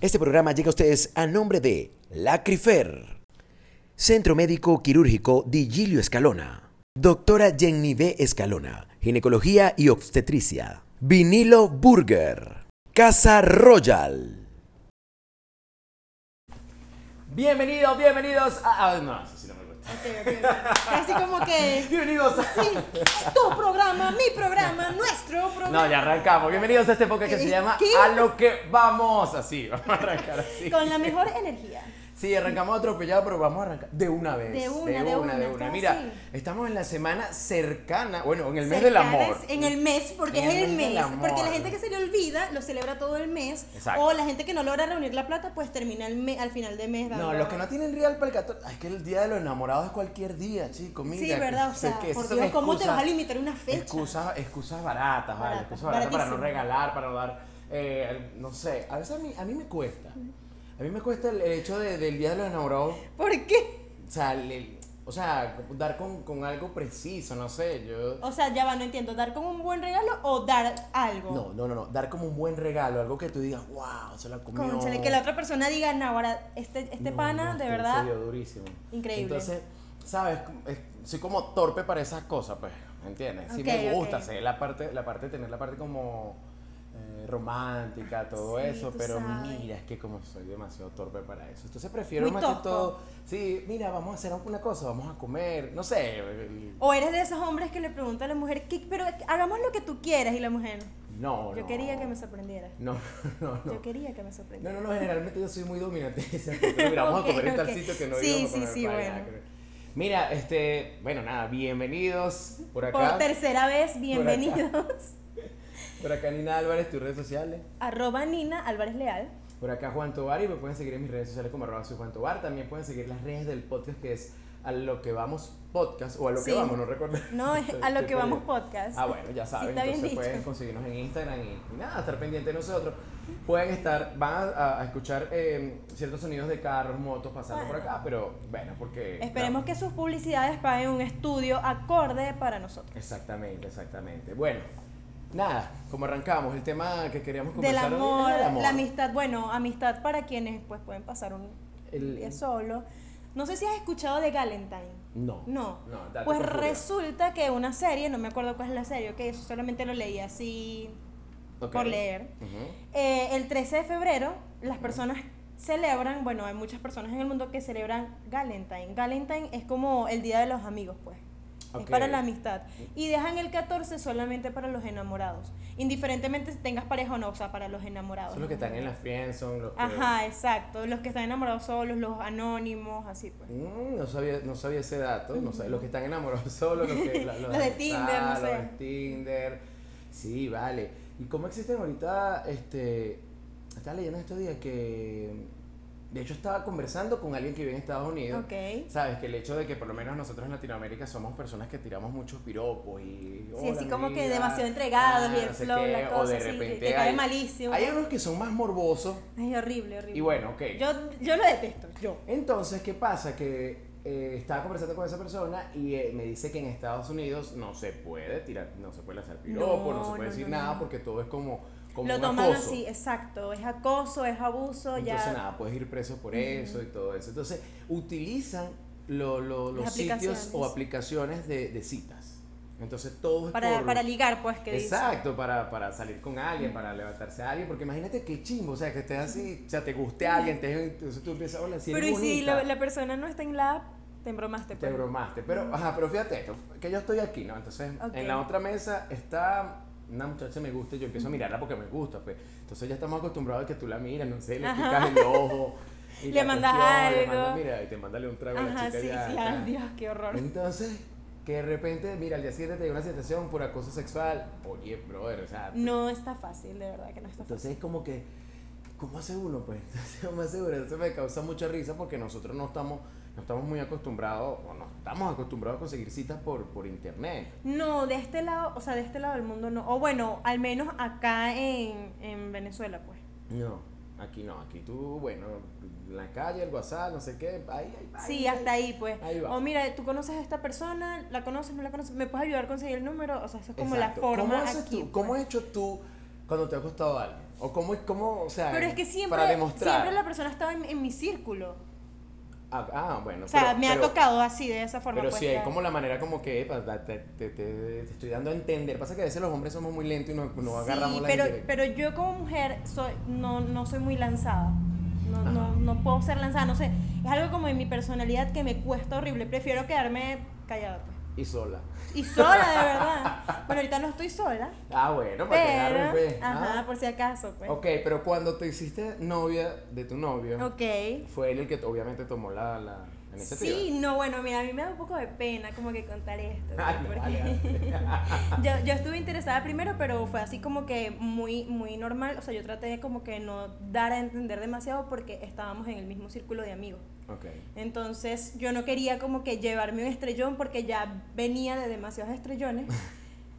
Este programa llega a ustedes a nombre de Lacrifer, Centro Médico Quirúrgico Digilio Escalona, Doctora Jenny B. Escalona, Ginecología y Obstetricia, Vinilo Burger, Casa Royal. Bienvenidos, bienvenidos a. ah, no, eso sí no me gusta. Así como que. Bienvenidos a. Sí, tu programa, mi programa, nuestro programa. No, ya arrancamos. Bienvenidos a este podcast que se llama ¿Qué? A lo que vamos. Así, vamos a arrancar así. Con la mejor energía. Sí, arrancamos atropellado, pero vamos a arrancar de una vez. De una, de una, estamos Mira, así. estamos en la semana cercana, bueno, en el mes Cercanas del amor. En el mes, porque En es el el mes del mes. amor. Porque la gente que se le olvida lo celebra todo el mes. Exacto. O la gente que no logra reunir la plata, pues termina el me- al final de mes. No, los que no tienen real para el 14. Es que el día de los enamorados es cualquier día, chico. Mira, Sí, verdad, o que- sea, que esas por son Dios, ¿cómo te excusas- vas a limitar una fecha? Excusas, excusas baratas, vale. Baratas, Excusas baratas para no baratísimas. regalar, para no dar. eh, no sé, a veces a mí, a mí me cuesta. A mí me cuesta el, el hecho de- del día de los enamorados. ¿Por qué? O sea, le- o sea dar con, con algo preciso, no sé. Yo. O sea, ya va, no entiendo. ¿Dar como un buen regalo o dar algo? No, no, no, no. Dar como un buen regalo, algo que tú digas, wow, se la comió. Cónchale, que la otra persona diga, no, ahora, este, este No, pana, no, de en verdad. serio, durísimo. Increíble. Entonces, ¿sabes? Es- soy como torpe para esas cosas, pues, ¿me entiendes? Sí Ok, me ok. gusta, sé la parte, la parte de tener la parte como eh, romántica, todo sí, eso, tú pero sabes. mira, es que como soy demasiado torpe para eso. Entonces prefiero Muy más que tosco. todo, sí, mira, vamos a hacer alguna cosa, vamos a comer, no sé. eh, el- O eres de esos hombres que le pregunta a la mujer, "¿Qué- pero hagamos lo que tú quieras y la mujer. No, Yo no. quería que me sorprendiera. No, no, no. Yo quería que me No, sorprendiera. no, no, generalmente yo soy muy dominante. en ese aspecto. Mira, vamos Ok, a comer en tal ok. sitio que no Sí, íbamos a sí, comer sí, para bueno. allá. Mira, este, bueno, nada, bienvenidos por acá. Por tercera vez, bienvenidos. Por acá Nina Álvarez, tus redes sociales. Arroba Nina Álvarez Leal. Por acá Juan Tobar y me pueden seguir en mis redes sociales como arroba soy Juan Tobar. También pueden seguir las redes del podcast que es a lo que vamos podcast o a lo que Sí. vamos, no recuerdo. No, es a lo que vamos podcast. Ah, bueno, ya Sí, saben, está bien entonces dicho. pueden conseguirnos en Instagram y, y nada, estar pendiente de nosotros. Pueden estar, van a- a, a escuchar eh, ciertos sonidos de carros, motos pasando por Bueno. acá, pero bueno, porque... Esperemos no. que sus publicidades paguen un estudio acorde para nosotros. Exactamente, exactamente. Bueno, nada, como arrancamos, el tema que queríamos Del conversar amor, hoy es el amor. la amistad, bueno, amistad para quienes pues pueden pasar un El- día solo. No sé si has escuchado de Galentine. No. No. No, date pues con furia. resulta que una serie, no me acuerdo cuál es la serie, ok, eso solamente lo leí así Ok. por leer. Ujú. Eh, el 13 de febrero, las personas celebran, bueno, hay muchas personas en el mundo que celebran Galentine. Galentine es como el día de los amigos, pues. Ok. Es para la amistad. Y dejan el 14 solamente para los enamorados. Indiferentemente si tengas pareja o no, o sea, para los enamorados. Son los que están en la friendzone, los que... Ajá, exacto. Los que están enamorados solos, los anónimos, así pues. Mm, no, sabía, no sabía ese dato, no sabía, los que están enamorados solo, los, que, la- Los de Tinder, no ah, sé. Los de Tinder, sí, vale. ¿Y cómo existen ahorita, este, estaba leyendo estos días que, de hecho estaba conversando con alguien que vive en Estados Unidos, Ok. sabes, que el hecho de que por lo menos nosotros en Latinoamérica somos personas que tiramos muchos piropos y... Sí, así "Hola, como mi que vida", demasiado entregados y el no sé flow, qué, la o de cosa, sí, que- repente que cae hay- malísimo. Hay unos que son más morbosos Ay, horrible, horrible. y bueno, ok. Yo, yo lo detesto, yo. Entonces, ¿qué pasa? Que eh, estaba conversando con esa persona y eh, me dice que en Estados Unidos no se puede tirar, no se puede lanzar piropo, no, se No, puede no, decir no, nada no. porque todo es como, como lo un toman acoso. así, exacto. Es acoso, es abuso, Entonces, ya. nada, puedes ir preso por eso y todo eso. Entonces, utilizan lo- lo- los Las sitios o aplicaciones. aplicaciones de, de citas. Entonces, todo es Para, por- para ligar, pues, que dice. Exacto, para, para salir con alguien, para levantarse a alguien, porque imagínate qué chimbo, o sea, que estés así, o sea, te guste alguien, te, entonces tú empiezas a hablar, si Pero eres y si bonita. la, la persona no está en la app, te embromaste. Te pues. bromaste. Pero, ajá, pero fíjate esto, que yo estoy aquí, ¿no? Entonces, Ok. en la otra mesa está una muchacha me gusta y yo empiezo a mirarla porque me gusta, pues. Entonces ya estamos acostumbrados a que tú la miras, no sé, le picas el ojo. y Le la mandas cuestión, le algo. mandas, mira, y te mandale un trago a la Ajá, chica sí, ya, sí. tal. Ay, Dios, qué horror. Entonces, que de repente, mira, al día siguiente te llega una situación por acoso sexual. Oye, brother, o sea, No está fácil, de verdad que no está fácil. entonces es como que, ¿cómo hace uno? Pues, entonces, ¿cómo hace uno? Eso me causa mucha risa porque nosotros no estamos, no estamos muy acostumbrados, o no estamos acostumbrados a conseguir citas por, por internet. No, de este lado, o sea, de este lado del mundo no. O bueno, al menos acá en, en Venezuela, pues. No. Aquí no, aquí tú, bueno, en la calle, el WhatsApp, no sé qué, ahí, ahí, Sí, hasta ahí pues. Ahí va. O mira, tú conoces a esta persona, la conoces, no la conoces, me puedes ayudar a conseguir el número, o sea, eso es como Exacto. la forma ¿Cómo haces aquí. tú? ¿Cómo pues. has hecho tú cuando te ha gustado algo? ¿O cómo, cómo o sea, Pero es que siempre, para demostrar? siempre la persona estaba en, en mi círculo. Ah, ah, bueno. O sea, pero- me pero- ha tocado así, de esa forma. Pero pues, sí, hay ya. como la manera como que, epa, da- te, te- te- te estoy dando a entender. Pasa que a veces los hombres somos muy lentos y no, no agarramos sí, la pero, indirecta. pero yo como mujer soy, no, no soy muy lanzada. No, Ajá. no, no puedo ser lanzada, no sé. Es algo como en mi personalidad que me cuesta horrible. Prefiero quedarme callada. pues. Y sola. Y sola, de verdad. Bueno, ahorita no estoy sola. Ah, bueno, para que agarren, Pero, pues. ajá, Ah. por si acaso, pues. Ok, pero cuando te hiciste novia de tu novio, Ok. fue él el que obviamente tomó la, la la iniciativa. Sí, no, bueno, mira, a mí me da un poco de pena como que contar esto. Ay, pues, no, porque vale, vale. yo, yo estuve interesada primero, pero fue así como que muy, muy normal. O sea, yo traté de como que no dar a entender demasiado porque estábamos en el mismo círculo de amigos. ok. Entonces yo no quería como que llevarme un estrellón porque ya venía de demasiados estrellones.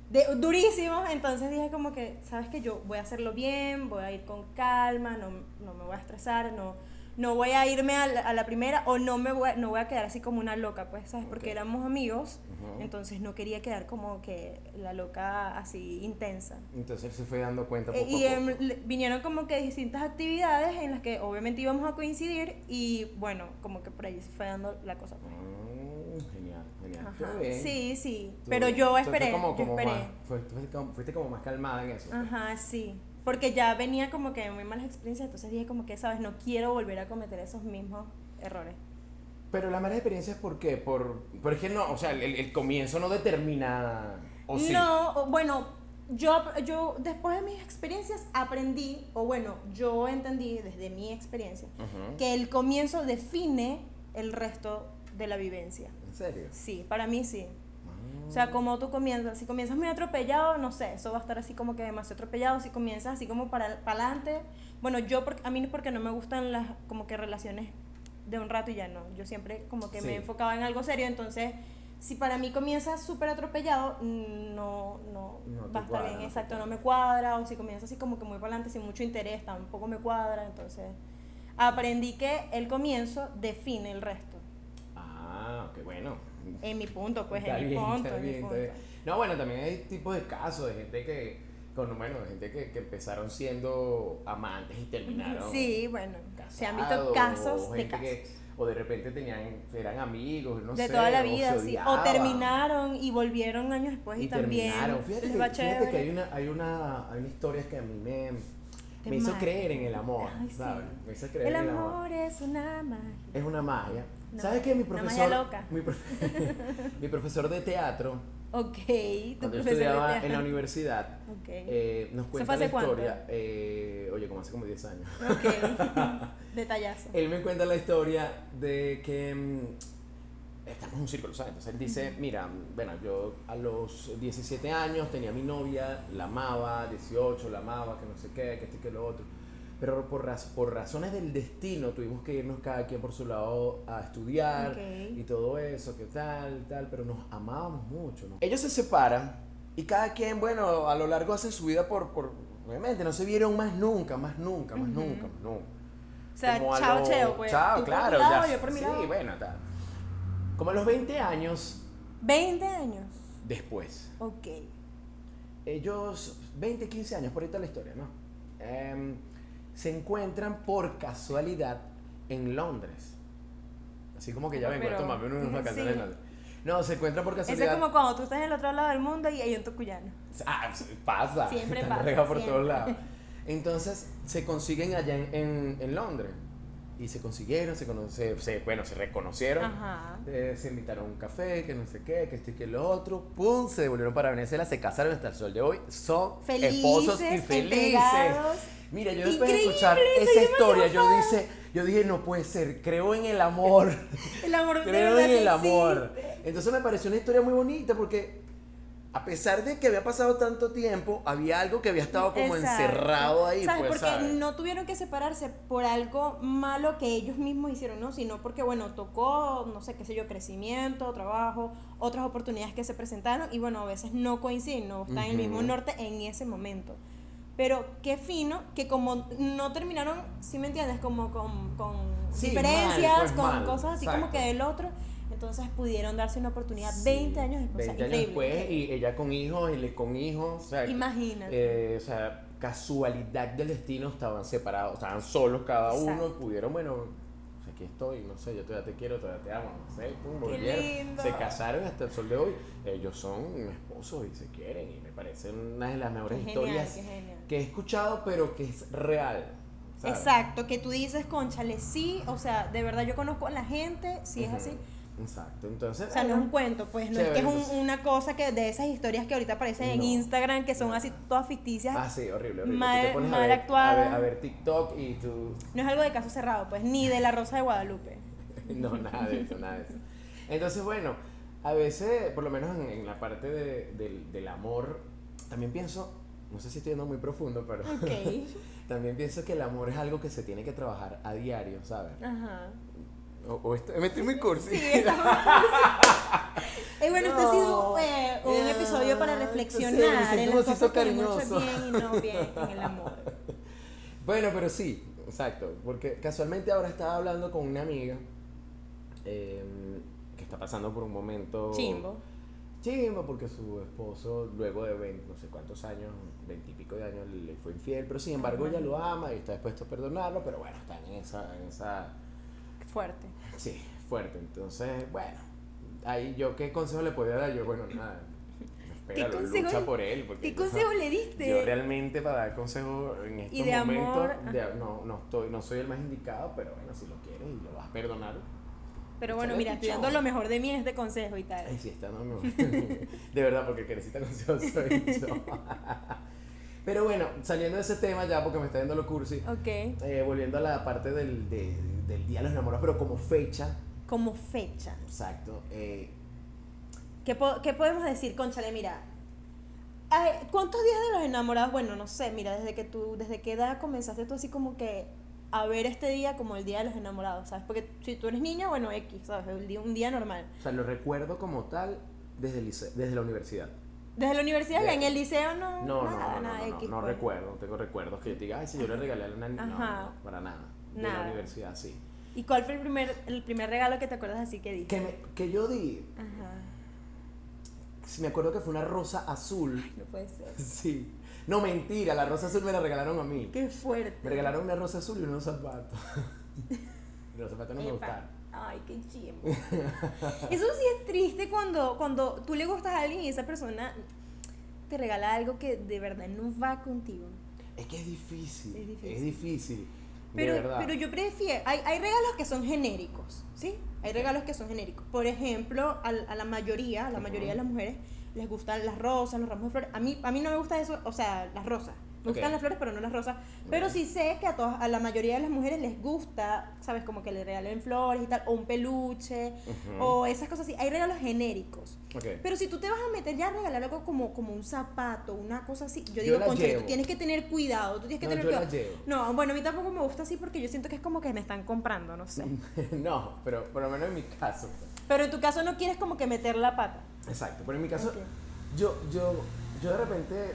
De, durísimos, entonces dije como que, sabes que yo voy a hacerlo bien, voy a ir con calma, no, no me voy a estresar, no, no voy a irme a la, a la primera o no me voy, a- no voy a quedar así como una loca, pues, ¿sabes? Porque Ok. éramos amigos, Ujú. entonces no quería quedar como que la loca así intensa. Entonces él se fue dando cuenta Eh, poco y a poco. em, le- vinieron como que distintas actividades en las que obviamente íbamos a coincidir y bueno, como que por ahí se fue dando la cosa. pues. Mm, genial, genial. Ajá. Qué bien. Sí, sí, Tú- pero yo entonces esperé, fue como, yo como esperé. más- fue- fuiste, como, fuiste como más calmada en eso. pues. Ajá, sí, porque ya venía como que de muy malas experiencias, entonces dije como que, sabes, no quiero volver a cometer esos mismos errores. Pero las malas experiencias, ¿por qué? Por, por que no, o sea, el, el comienzo no determina. ¿o sí? No, o- bueno, yo, yo después de mis experiencias aprendí, o bueno, yo entendí desde mi experiencia, Ujú. que el comienzo define el resto de la vivencia. ¿En serio? Sí, para mí sí. Ah. O sea, como tú comienzas, si comienzas muy atropellado, no sé, eso va a estar así como que demasiado atropellado, si comienzas así como para adelante. Bueno, yo, porque, a mí porque no me gustan las como que relaciones de un rato y ya no. Yo siempre como que Sí. me enfocaba en algo serio, entonces si para mí comienzas súper atropellado, no, no, No te va a estar cuadra, no bien, te exacto, no cuadra. me cuadra, o si comienzas así como que muy para adelante, sin mucho interés, tampoco me cuadra, entonces aprendí que el comienzo define el resto. Ah, ok, bueno. En mi punto, pues, Está en mi bien, punto, está en mi bien, está punto. bien. No, bueno, también hay tipos de casos de gente que, con, bueno, de gente que, que empezaron siendo amantes y terminaron. Sí, bueno, se han visto casados, casos de gente casos. que- o de repente tenían, eran amigos, no de sé, toda la o vida, se sí. O odiaban. terminaron y volvieron años después y, y también. terminaron. Fíjate, les que, va fíjate que chévere. hay una, hay una, hay una historia que a mí me, Te me hizo marca. creer en el amor, Ay, sí. ¿sabes? Me hizo creer El en el amor. amor es una magia. Es una magia. Una ¿Sabes magia. qué? Mi Una profesor, magia loca. Mi, profe- mi profesor de teatro, Ok, tu cuando yo profesor de estudiaba teatro. en la universidad, Ok. eh, nos fue cuenta la hace cuánto? historia. eh, oye, como hace como 10 años. Ok. Detallazo. Él me cuenta la historia de que mm, estamos en un círculo, ¿sabes? Entonces él dice, mira, bueno, yo a los 17 años tenía a mi novia, la amaba, 18, la amaba, que no sé qué, que esto y que lo otro. Pero por, raz- por razones del destino tuvimos que irnos cada quien por su lado a estudiar Ok. y todo eso, que tal, tal, pero nos amábamos mucho. ¿no? Ellos se separan y cada quien, bueno, a lo largo hacen su vida por, por obviamente, no se vieron más nunca, más nunca, más nunca, más nunca. O sea, Como a chao, los- cheo, pues. Chao, Tú por claro. tu lado, ya- yo por mi sí, lado. bueno, tal. Como a los 20 años 20 años. después. Ok. Ellos, 20, 15 años, por ahí está la historia, ¿no? Em, se encuentran por casualidad en Londres. Así como que ya vengo a Pero- tomarme unos sí. vacaciones en Londres. No, se encuentran por Eso es casualidad. como cuando tú estás en el otro lado del mundo y hay un tucuyano. Ah, pues, pasa. Siempre Están pasa, regados por siempre. todos lados. Entonces se consiguen allá en, en- en Londres. Y se consiguieron, se, cono- se- se- bueno, se reconocieron. Ajá. Eh, se invitaron a un café, que no sé qué, que esto y que lo otro. ¡Pum! Se devolvieron para Venezuela, se casaron hasta el sol de hoy. Son Felices, esposos y felices. entregados. Mira, yo después de Increíble, escuchar soy esa demasiado historia, yo, fan. dice, yo dije, no puede ser, creo en el amor. El amor de Creo verdad en que el amor. existe. Entonces me pareció una historia muy bonita porque a pesar de que había pasado tanto tiempo, había algo que había estado como Exacto. encerrado ahí. ¿Sabes? Pues, porque ¿sabes? no tuvieron que separarse por algo malo que ellos mismos hicieron, ¿no? Sino porque, bueno, tocó, no sé, qué sé yo, crecimiento, trabajo, otras oportunidades que se presentaron y, bueno, a veces no coinciden, no están en el mismo Ujú. norte en ese momento. Pero qué fino que como no terminaron, si me entiendes, como con, con Sí, diferencias, mal, pues, con mal, cosas así como exacto. que del otro, entonces pudieron darse una oportunidad 20 años después. o sea, 20 años increíble. después y ella con hijos, él con hijos. O sea, Imagínate. eh, o sea, casualidad del destino, estaban separados, estaban solos cada uno, Exacto. pudieron, bueno, o sea, aquí estoy, no sé, yo todavía te quiero, todavía te amo, no sé, Qué pum, volvieron. lindo. Se casaron y hasta el sol de hoy. Ellos son esposos y se quieren y me parece una de las mejores Qué genial, historias qué genial. que he escuchado, pero que es real. ¿sabes? Exacto, que tú dices, conchale, sí, o sea, de verdad yo conozco a la gente, sí es Ujú. así. Exacto, entonces. O sea, no es un cuento, pues no es que es Chévere, un- entonces. una cosa que de esas historias que ahorita aparecen en No. Instagram, que son así todas ficticias, Ah, sí, horrible, horrible. Tú Mal- te pones mal a ver, a actuada. ver- a ver TikTok y tú no es algo de caso cerrado, pues ni de la Rosa de Guadalupe. No, nada de eso, nada de eso. Entonces, bueno, a veces, por lo menos en, en la parte de- del, del amor, también pienso, no sé si estoy yendo muy profundo, pero Ok, también pienso que el amor es algo que se tiene que trabajar a diario, ¿sabes? ajá. O, o estoy- me estoy muy cursi. Sí, estamos... Eh, bueno, este ha sido No. eh, un Eh, episodio para sí, reflexionar me siento en como las si cosas soy que hemos hecho cariñoso. bien y no bien en el amor. Bueno, pero sí, exacto. Porque casualmente ahora estaba hablando con una amiga eh, que está pasando por un momento... Chimbo. Chimba, porque su esposo, luego de 20, no sé cuántos años, veintipico de años, le fue infiel, pero sin embargo ella lo ama y está dispuesto a perdonarlo, pero bueno, está en esa, en esa, Fuerte. sí, fuerte. Entonces, bueno, ahí yo qué consejo le podía dar, yo, bueno, nada, espéralo, consejo- lucha por él. Porque ¿Qué yo- consejo le diste? Yo realmente para dar consejo en estos de momentos, amor, de- no, no, estoy, no soy el más indicado, pero bueno, si lo quieres y lo vas a perdonar, Pero bueno, Chale, mira, estoy dando chao. lo mejor de mí en este consejo y tal. Ay, sí, está, no, no. De verdad, porque el que necesita consejo soy yo. Pero bueno, saliendo de ese tema ya, porque me está yendo lo cursi, Ok. eh, volviendo a la parte del, de- del Día de los Enamorados, pero como fecha, Como fecha. exacto. eh, ¿Qué, po- qué podemos decir, Conchale? Mira. ay, ¿Cuántos días de los enamorados? Bueno, no sé, mira, desde que tú, desde qué edad comenzaste tú así como que a ver este día como el día de los enamorados, ¿sabes? Porque si tú eres niña, bueno, X, ¿sabes? El día- un día normal. o sea, lo recuerdo como tal desde, el lice- desde la universidad. Desde la universidad, De- en el liceo, no. No, no, nada, no, nada, no, no, no, X, no pues. recuerdo, no tengo recuerdos que yo te diga, ay, si yo le regalé a una niña, no, Ajá. no, para nada. De Nada. la universidad, sí. ¿Y cuál fue el primer, el primer regalo que te acuerdas así que dije? Que, me- que yo di, Ajá. si me acuerdo que fue una rosa azul. No puede ser. Sí. No, mentira, la rosa azul me la regalaron a mí. Qué fuerte. Me regalaron una rosa azul y unos zapatos. Y los zapatos no me Epa. gustaron. Ay, qué chimbo. Eso sí es triste cuando, cuando tú le gustas a alguien y esa persona te regala algo que de verdad no va contigo. Es que es difícil. Es Es difícil. difícil. Pero, de verdad. pero yo prefiero, hay, hay regalos que son genéricos, ¿sí? Hay regalos que son genéricos. Por ejemplo, al- a, la mayoría, a la mayoría de las mujeres les gustan las rosas, los ramos de flores. A mí, a mí no me gusta eso, o sea, las rosas. Me Ok. gustan las flores, pero no las rosas. Pero sí sé que a, todas, a la mayoría de las mujeres les gusta, ¿sabes? Como que le regalen flores y tal, o un peluche, Ujú. o esas cosas así. Hay regalos genéricos. Ok. Pero si tú te vas a meter ya a regalar algo como, como un zapato, una cosa así, yo, Yo digo, la concha, tú llevo. tienes que tener cuidado, tú tienes que No, tener yo la cuidado. llevo. No, bueno, a mí tampoco me gusta así porque yo siento que es como que me están comprando, no sé. no, pero por lo menos en mi caso. pues. Pero en tu caso no quieres como que meter la pata. Exacto. Pero en mi caso, Ok. yo, yo, yo de repente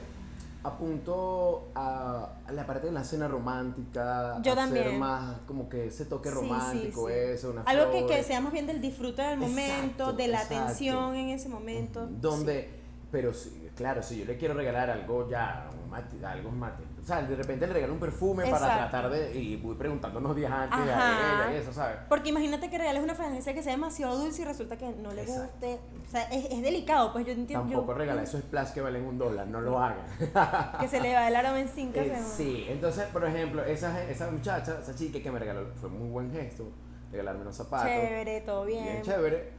apunto a, a la parte de la cena romántica. Yo a Ser también. más como que ese toque Sí, sí, romántico, sí. eso, una Algo que, que flores. sea más bien del disfrute del momento, Exacto, de la exacto. atención en ese momento. Donde, pero sí, claro, si yo le quiero regalar algo ya, un mate- algo mate. O sea, de repente le regalo un perfume para Exacto. tratar de. Y voy preguntando unos días antes Ajá. a ella y eso, ¿sabes? Porque imagínate que regales una fragancia que sea demasiado dulce y resulta que no le Exacto. guste. O sea, es, es delicado, pues yo entiendo. yo- Tampoco regalar esos splash que valen un dólar, no lo hagan. Que se le va el aroma en cinco Eh, segundos. sí, entonces, por ejemplo, esa, esa muchacha, esa chica que me regaló, fue muy buen gesto, regalarme unos zapatos. Chévere, todo bien. bien chévere.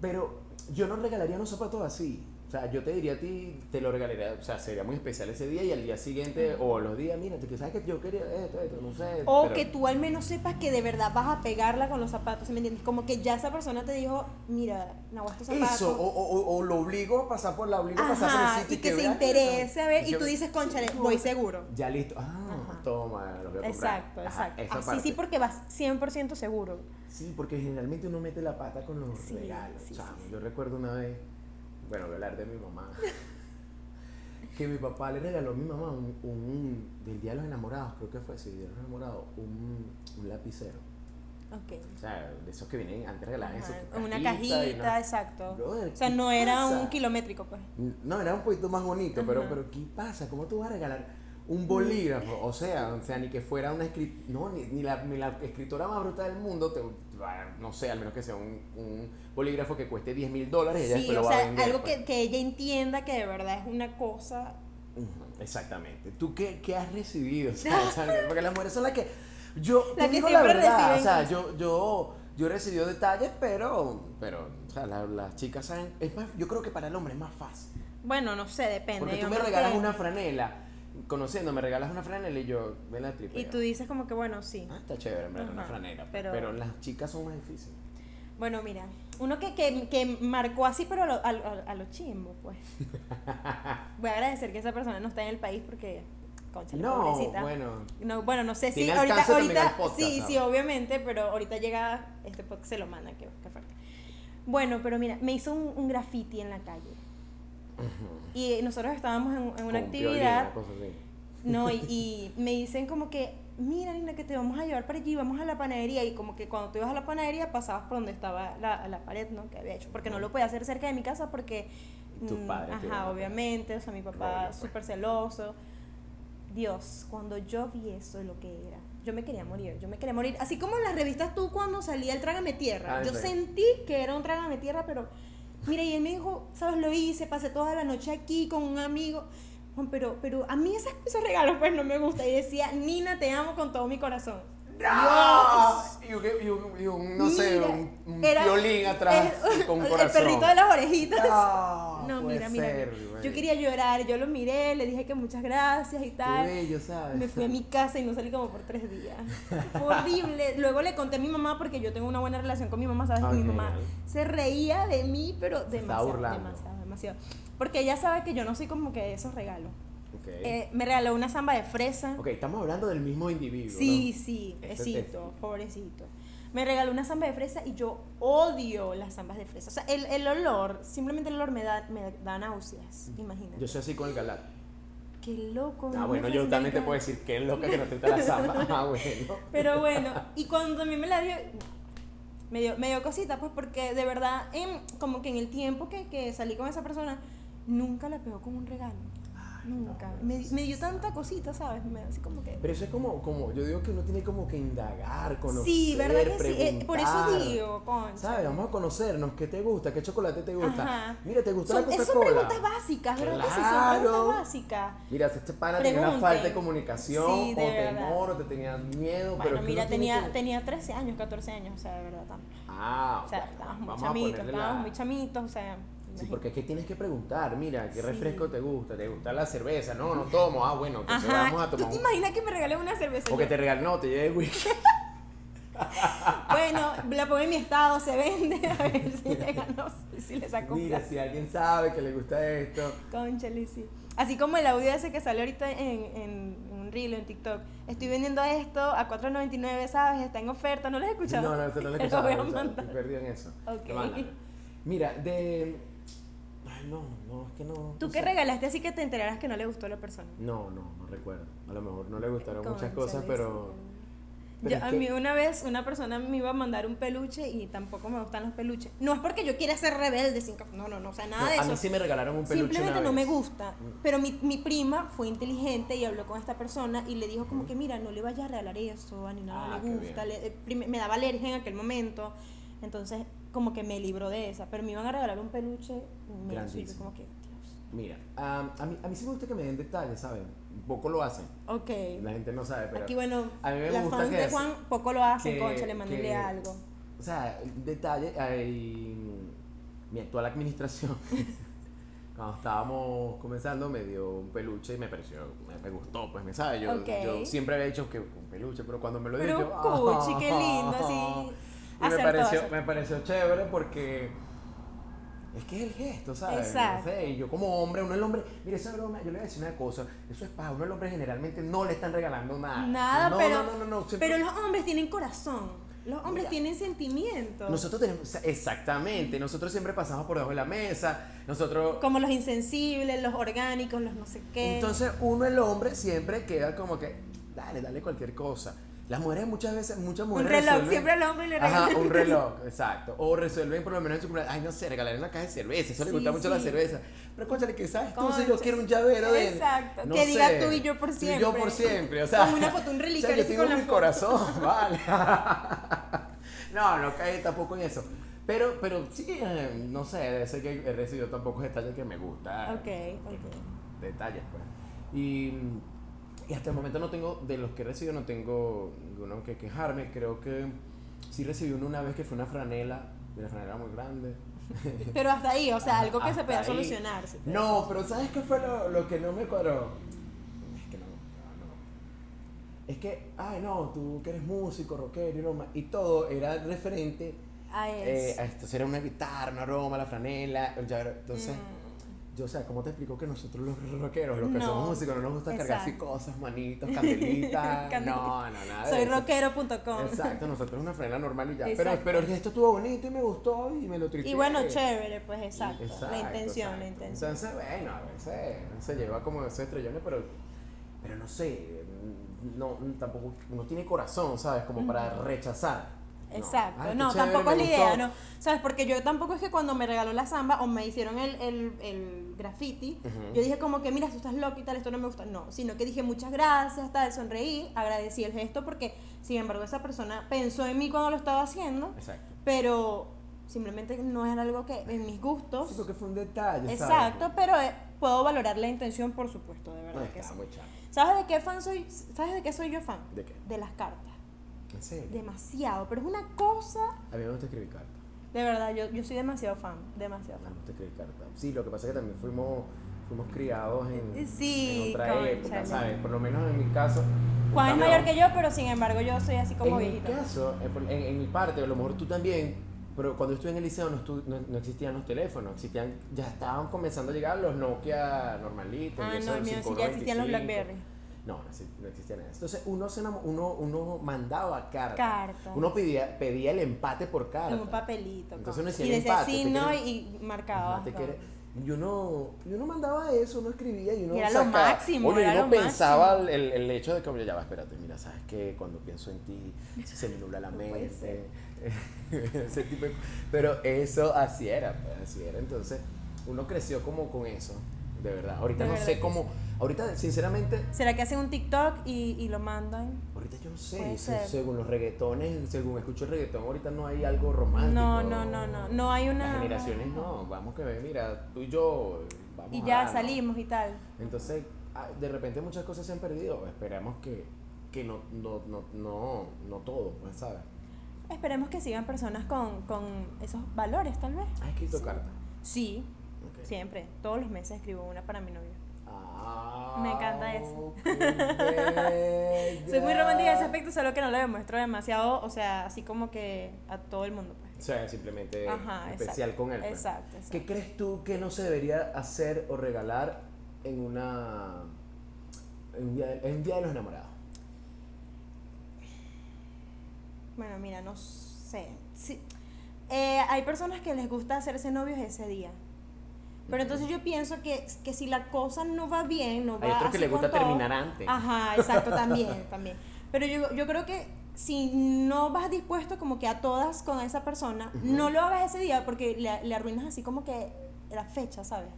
Pero yo no regalaría unos zapatos así. O sea, yo te diría a ti, te lo regalaría. O sea, sería muy especial ese día y al día siguiente o los días, mira, tú que sabes que yo quería esto, esto, no sé. O pero- que tú al menos sepas que de verdad vas a pegarla con los zapatos, ¿sí ¿me entiendes? Como que ya esa persona te dijo, mira, Nahuas, estos zapatos. Eso, o, o- o- o lo obligo a pasar por la obligo a pasar por el Ajá, sitio y que se vea, interese, a ver, y que tú vea. dices, conchale, voy seguro. Ya listo. Ah, Ajá. toma, lo voy a comprar. Exacto, Ajá, exacto. esa Así parte. sí, porque vas 100% seguro. Sí, porque generalmente uno mete la pata con los Sí, regalos. sí, o sea, sí, yo recuerdo una vez, bueno, voy a hablar de mi mamá. que mi papá le regaló a mi mamá un, un- del Día de los Enamorados, creo que fue, sí, Día de los Enamorados, un, un lapicero. Ok. O sea, de esos que vienen antes regalaban en su Ajá, Una y no- cajita, exacto. Brother, O sea, ¿qué no era pasa? un kilométrico, pues. No, era un poquito más bonito, pero, Ajá. pero ¿qué pasa? ¿Cómo tú vas a regalar un bolígrafo? O sea, o sea ni que fuera una escritora, no, ni, ni la, ni la escritora más bruta del mundo, te, va- no sé, al menos que sea un, un bolígrafo que cueste 10 mil dólares, ella Sí, después o lo va a sea, vender. algo pues. que, que ella entienda que de verdad es una cosa. Ujú, Exactamente. ¿Tú qué, qué has recibido? O sea, ¿sabes? porque las mujeres son las que... Yo, La te que digo la siempre verdad, o reciben sea, cosas. yo, yo, yo he recibido detalles, pero, pero o sea, la- las chicas saben, es más, yo creo que para el hombre es más fácil. Bueno, no sé, depende. Porque yo tú me creo regalas que- una franela, conociendo, me regalas una franela y yo me la triple. Y tú dices como que, bueno, sí. Ah, está chévere, en verdad, una Ajá, franela. pues. Pero, pero- las chicas son más difíciles. Bueno, mira, uno que, que, que marcó así, pero a lo, a, lo- a lo chimbo, pues. Voy a agradecer que esa persona no está en el país porque, concha, no, pobrecita. bueno. No, bueno, no sé si Tiene ahorita, alcance también ahorita al podcast, sí, ¿sabes? sí, obviamente, pero ahorita llega este podcast se lo manda, que, que fuerte. Bueno, pero mira, me hizo un, un graffiti en la calle. Y nosotros estábamos en, en una con actividad, piolín, una cosa así. no, y, y me dicen como que, mira, Nina, que te vamos a llevar para allí, vamos a la panadería. Y como que cuando tú ibas a la panadería pasabas por donde estaba la, la pared, ¿no? Que había hecho. Porque no lo podía hacer cerca de mi casa porque... Y tus mm, padres te iban a Ajá, pegar. obviamente. O sea, mi Rollo, papá pues. súper celoso. Dios, cuando yo vi eso, lo que era. Yo me quería morir, yo me quería morir. Así como en las revistas tú cuando salía el Trágame Tierra. Ah, yo sí. sentí que era un Trágame Tierra, pero... Mira, y él me dijo, ¿sabes? Lo hice, pasé toda la noche aquí con un amigo. Juan, Pero, pero a mí esas- esos regalos pues no me gusta. Y decía, Nina, te amo con todo mi corazón. Y un, y un- y un, no sé, Mira, un, un era- violín atrás el- con un el corazón. perrito de las orejitas. No, puede mira, mira. ser, mira. güey. Yo quería llorar, yo lo miré, le dije que muchas gracias y Qué tal. bello, ¿sabes? Me fui a mi casa y no salí como por tres días. Fue horrible. Luego le conté a mi mamá porque yo tengo una buena relación con mi mamá, ¿sabes? Ah, mi genial. mamá se reía de mí, pero demasiado, burlando. demasiado, demasiado. Porque ella sabe que yo no soy como que de esos regalos. Ok. Eh, me regaló una samba de fresa. ok, estamos hablando del mismo individuo. Sí, ¿no? sí, Ese besito, pobrecito. Me regaló una samba de fresa y yo odio las zambas de fresa. O sea, el, el olor, simplemente el olor me da, me da náuseas, imagínate. Yo soy así con el galán. Qué loco. Ah, una bueno, yo fresa también te entera. puedo decir que es loca que no te gusta la samba. Ah, bueno. Pero bueno, y cuando a mí me la dio, me dio, me dio cosita, pues porque de verdad, en, como que en el tiempo que, que salí con esa persona, nunca la pegó con un regalo. Nunca. no, pues. me, me dio tanta cosita, ¿sabes? Me, así como que... Pero eso es como, como, yo digo que uno tiene como que indagar, conocer, sí, ¿verdad que sí? Eh, por eso preguntar. digo, concha. ¿Sabes? Vamos a conocernos. ¿Qué te gusta? ¿Qué chocolate te gusta? Ajá. Mira, ¿te gusta Son- la esas son Coca-Cola? preguntas básicas, ¿verdad? que sí, son Claro. preguntas básicas. Mira, si este pana tenía una Pregunten. falta de comunicación, Sí, de o verdad. temor, o te tenía miedo, pero. Bueno, que mira, uno tiene tenía, que- tenía 13 años, 14 años, o sea, de verdad. tam- Ah, O sea, bueno, estábamos muy vamos a chamitos, ponerle estábamos la- muy chamitos, o sea. Sí, imagínate. porque es que tienes que preguntar, mira, Sí. ¿qué refresco te gusta? ¿Te gusta la cerveza? No, no tomo. Ah, bueno, entonces vamos a Ajá, ¿tú tomar te un... imaginas que me regalé una cerveza? O que Yo, te regalan, no, te lleve whisky. Bueno, la pongo en mi estado, se vende, a ver si le ganó, si le saco un Mira, si alguien sabe que le gusta esto. Conchale, sí. Así como el audio ese que sale ahorita en, en, en un reel o en TikTok. Estoy vendiendo esto a 4.99, ¿sabes? Está en oferta. ¿No lo has escuchado? No, no, se lo he Te escuchado. voy a o sea, mandar. Estoy perdido en eso. Ok. Te mandan. Mira, de. Ay, no, no, es que no. ¿Tú no qué sé. regalaste así que te enteraras que no le gustó a la persona? No, no, no recuerdo. A lo mejor no le gustaron muchas Cónchale, cosas, sí. pero. pero Yo- es a que- mí una vez una persona me iba a mandar un peluche y tampoco me gustan los peluches. No es porque yo quiera ser rebelde, sin, no, no, no, o sea, nada no, de a mí eso. sí me regalaron un peluche. Simplemente una no me vez. gusta. Pero mi, mi prima fue inteligente y habló con esta persona y le dijo como que, mira, no le vayas a regalar eso, a Nina Ah, no qué le gusta. le- eh, prim- me daba alergia en aquel momento. Entonces, como que me libró de esa. Pero me iban a regalar un peluche inmenso y yo Grandísimo. como que, Dios. Mira, am, a, mí, a mí sí me gusta que me den detalles, ¿saben? Un poco lo hacen. La Ok. gente no sabe, pero. Aquí, bueno, a mí me las gusta fans que de es- Juan poco lo hacen, que- concha, le mandéle que- algo. O sea, detalle, hay- mi actual administración, cuando estábamos comenzando, me dio un peluche y me pareció, me, me gustó, pues me sabe, yo, Ok. yo siempre había dicho que un peluche, pero cuando me lo Pero dio, un yo, cuchi, "Ah". qué lindo, así. Y me acertó, pareció, acertó. me pareció chévere porque es que es el gesto, ¿sabes? Exacto. No sé, y yo como hombre, uno el hombre, mire, esa broma, yo le voy a decir una cosa, eso es paja, uno el hombre generalmente no le están regalando nada. Nada, Ah, No, pero, no, no, no, no, siempre- pero los hombres tienen corazón. Los hombres Mira. tienen sentimientos. Nosotros tenemos, exactamente, nosotros siempre pasamos por debajo de la mesa, nosotros... como los insensibles, los orgánicos, los no sé qué. Entonces uno, el hombre, siempre queda como que, dale, dale cualquier cosa. Las mujeres muchas veces, muchas un mujeres reloj, resuelven- siempre al hombre le Ajá, regalan. un reloj, exacto. O resuelven por lo menos en su cumpleaños. Ay, no sé, regalar una caja de cerveza. Eso le Sí, gusta mucho sí. la cerveza. Pero cónchale, que sabes tú si yo Cónchale. quiero un llavero de. Exacto, no que diga sé, tú y yo por tú Y yo siempre. por siempre. O sea. Con una foto, un relicario O sea, yo así tengo con la mi foto. corazón, vale. no, no cae tampoco en eso. Pero, pero sí, eh, no sé, debe ser que he recibido tampoco detalles que me gustan. Ok, ok. Detalles, pues. Y, y hasta el momento no tengo, de los que he recibido, no tengo ninguno que quejarme. Creo que sí recibí uno una vez que fue una franela, una franela muy grande. Pero hasta ahí, o sea, Ajá, algo que se hasta pueda ahí. solucionar. se puede No, pero ¿sabes qué fue lo, lo que no me cuadró? Es que no, no, no. Es que, ay, no, tú que eres músico, rockero y broma, y todo era referente A eh, eso. a esto. Era una guitarra, una broma, la franela, el llavero. Entonces, yo, o sea, ¿cómo te explico que nosotros los rockeros, los que Mm. No, somos músicos, no nos gusta cargar así exacto. cosas, manitos, candelitas? Candel- no, no, nada. de Soy eso. rockero.com. Exacto, nosotros una franela normal y ya. Pero, Exacto. pero esto estuvo bonito y me gustó y me lo tripé. Y bueno, chévere, pues exacto. la intención, la eh, exacto. intención. Entonces, bueno, a veces se lleva como esos estrellones, pero, pero no sé, no, tampoco, no tiene corazón, ¿sabes? Como para rechazar. No. Exacto, Ay, qué no, chévere, tampoco es me la gustó. idea, ¿no? ¿Sabes? Porque yo tampoco es que cuando me regaló la samba o me hicieron el, el, el graffiti, Ujú. yo dije como que, mira, tú estás loca y tal, esto no me gusta. No, sino que dije muchas gracias, tal, sonreí, agradecí el gesto porque, sin embargo, esa persona pensó en mí cuando lo estaba haciendo, Exacto. pero simplemente no era algo que en mis gustos. Sí, porque fue un detalle, Exacto, ¿sabes? pero eh, puedo valorar la intención, por supuesto, de No, verdad que está sí. muy chato. ¿Sabes de qué fan soy? ¿Sabes de qué soy yo fan? ¿De qué? De las cartas. En serio. Demasiado, pero es una cosa A mí me gusta escribir cartas. de verdad, yo, yo soy demasiado fan, demasiado Me fan. gusta escribir cartas. Sí, lo que pasa es que también fuimos, fuimos criados en, Sí, en otra cónchale. época, ¿sabes? Por lo menos en mi caso. Juan es cambio, mayor que yo, pero sin embargo yo soy así como en mi viejita. caso, eh, por- en, en mi parte, a lo mejor tú también, pero cuando estuve en el liceo no, estu- no, no existían los teléfonos, existían, ya estaban comenzando a llegar los Nokia normalitos. Ah, y eso, no, el los mío sí, ya existían los 5125. Blackberry. No, no, exi- no existían eso. Entonces uno, se enamo- uno, uno mandaba cartas. Cartas. Uno pedía, pedía el empate por carta. En un papelito. Ah, Entonces con- uno decía y decía empate, sí, te no, quieren- y y marcaba. Ajá, te ¿no? quiere- y uno, y uno mandaba eso, uno escribía y uno Y era lo sacaba. máximo, Oye, y era uno lo pensaba máximo. El, el hecho de que, oye, ya va, espérate, mira, ¿sabes qué? Cuando pienso en ti, se me nubla la No puede mente. Ese tipo de- Pero eso así era, pues, así era. Entonces, uno creció como con eso, de verdad. Ahorita De no verdad sé que cómo, ahorita, sinceramente, ¿Será que hacen un TikTok y, y lo mandan? ahorita yo no sé, Puede se- ser. según los reggaetones, según escucho el reggaetón, ahorita no hay algo romántico. No, no, no, no. No hay una. Las generaciones no, vamos que ver, mira, tú y yo vamos Y a ya darnos. salimos y tal. Entonces, ah, de repente muchas cosas se han perdido. Esperamos que, que no, no, no, no, no todo, pues, ¿sabes? Esperemos que sigan personas con, con esos valores, tal vez. ¿Has Ah, escrito cartas? Sí, Ok. siempre. Todos los meses escribo una para mi novio. Ah, Me encanta eso. qué bella. Soy muy romántica en ese aspecto, solo que no lo demuestro demasiado, o sea, así como que a todo el mundo. pues. O sea, simplemente Ajá, Eh, especial exacto. con él. pues. Exacto, exacto. ¿Qué crees tú que no se debería hacer o regalar en una. en un día, en un día de los enamorados? Bueno, mira, no sé. Sí. Eh, hay personas que les gusta hacerse novios ese día. Pero entonces yo pienso que, que si la cosa no va bien, no va Hay otros así que les con gusta todo. terminar antes. Ajá, exacto, también, también. Pero yo, yo creo que si no vas dispuesto como que a todas con esa persona, no lo hagas ese día porque le, le arruinas así como que la fecha, ¿sabes?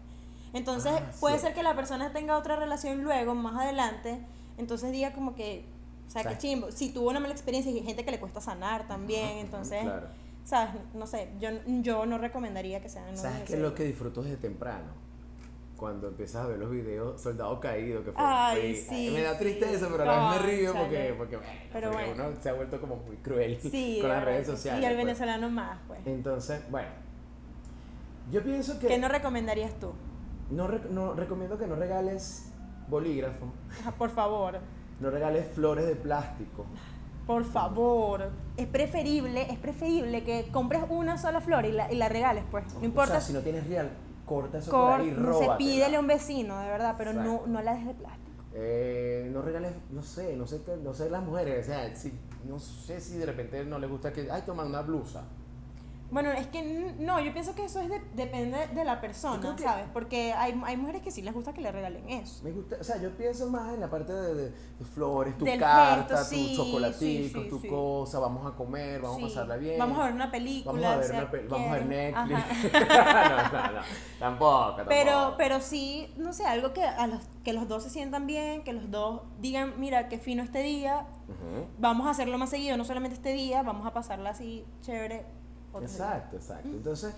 Entonces Ah, puede sí. ser que la persona tenga otra relación luego, más adelante, entonces diga como que, o sea, qué Exacto. chimbo. Si tuvo una mala experiencia y hay gente que le cuesta sanar también, entonces, Ah, Claro. ¿sabes? No sé, yo, yo no recomendaría que sean novios ¿Sabes qué ese es lo día. que disfruto desde temprano? Cuando empiezas a ver los videos Soldado Caído, que fue. Ay, fue- sí, me da sí. tristeza, pero a la vez me río Cónchale. porque, porque, bueno, Pero porque bueno. uno se ha vuelto como muy cruel Sí, con de las verdad redes que sí, sociales. Y al pues. venezolano más, pues. Entonces, bueno. Yo pienso que. ¿Qué no recomendarías tú? no re- no- recomiendo que no regales bolígrafo, Ajá, Ah, Por favor, no regales flores de plástico. por favor. Es preferible, es preferible que compres una sola flor y la, y la regales, pues. No importa. O sea, si no tienes real, corta eso por cor- ahí y no sé, róbatela. pídele a un vecino, de verdad, pero no, Exacto. no la dejes de plástico. eh, no regales, no sé, no sé, qué- no sé las mujeres, o sea, si- no sé si de repente no les gusta que, ay, toma una blusa. Bueno, es que n- no, yo pienso que eso es de- depende de la persona, ¿sabes? Porque hay, hay mujeres que sí les gusta que le regalen eso. Me gusta, o sea, yo pienso más en la parte de, de- de flores, tu Del carta, gesto, sí, tus chocolaticos, sí, sí, tu sí. cosa, vamos a comer, vamos Sí. a pasarla bien. Vamos a ver una película. Vamos a ver, o sea, una pe- vamos a ver quiero- ajá. Netflix. no, no, no, tampoco, tampoco. Pero, pero sí, no sé, algo que, a los, que los dos se sientan bien, que los dos digan, mira, qué fino este día, Ujú. vamos a hacerlo más seguido, no solamente este día, vamos a pasarla así chévere. otro día". Exacto, exacto. Entonces,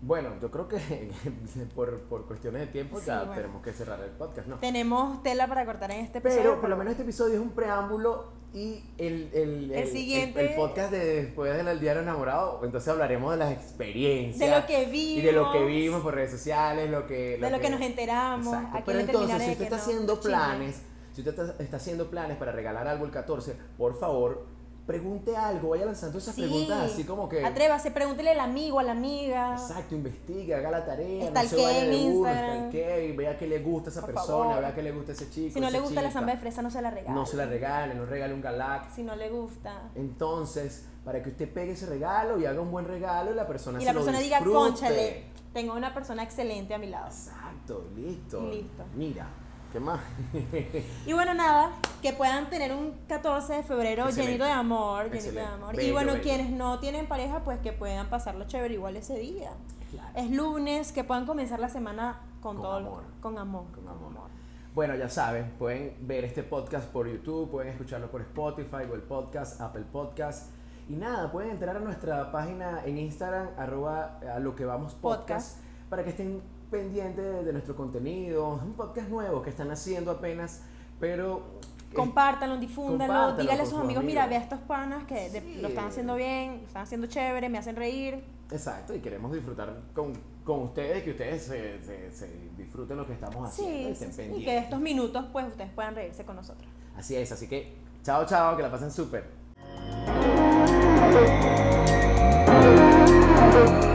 bueno, yo creo que por, por cuestiones de tiempo Sí, ya bueno. tenemos que cerrar el podcast, ¿no? Tenemos tela para cortar en este episodio. Pero por lo menos este episodio es un preámbulo y el, el, El siguiente- el, podcast de después del diario enamorado, entonces hablaremos de las experiencias. De lo que Y de lo que vimos. vimos por redes sociales, lo que... de lo que nos enteramos. Exacto. aquí Pero no entonces, terminaré si de usted que está no, haciendo chisme. planes, si usted está, está haciendo planes para regalar algo el 14, por favor, pregunte algo, vaya lanzando esas Sí. preguntas así como que... Atrévase, pregúntele al amigo, a la amiga. Exacto, investiga, haga la tarea, no se Stalkee vaya de en burro, Instagram. stalkee, vea qué le gusta a esa Por persona, favor. vea qué le gusta a ese chico, Si no esa le gusta la chica. samba de fresa, no se la regala. No se la regale, no regale un galax. Si no le gusta. Entonces, para que usted pegue ese regalo y haga un buen regalo, la persona Y se la lo persona diga, disfrute. conchale, tengo una persona excelente a mi lado. Exacto, listo. Listo. Mira, ¿qué más? Y bueno, nada, que puedan tener un 14 de febrero Excelente. llenito de amor, llenito de Excelente. amor. y Bello, bueno, bello. quienes no tienen pareja, pues que puedan pasarlo chévere igual ese día. Claro. Es lunes, que puedan comenzar la semana con, Con todo, amor. con amor. Con amor. Bueno, ya saben, pueden ver este podcast por YouTube, pueden escucharlo por Spotify, Google Podcast, Apple Podcast. Y nada, pueden entrar a nuestra página en Instagram, arroba a lo que vamos podcast, para que estén pendientes de, de nuestro contenido. Es un podcast nuevo que están haciendo apenas, pero... eh, Compártanlo, difúndanlo, Compártanlo díganle a con sus sus amigos, mira, ve amigos". a estos panas que de- Sí. lo están haciendo bien, lo están haciendo chévere, me hacen reír. Exacto, y queremos disfrutar con, con ustedes, que ustedes se, se- se disfruten lo que estamos haciendo. y Sí, estén sí, sí. y que pendientes. estos minutos, pues ustedes puedan reírse con nosotros. Así es, así que chao, chao, que la pasen súper. Thank you.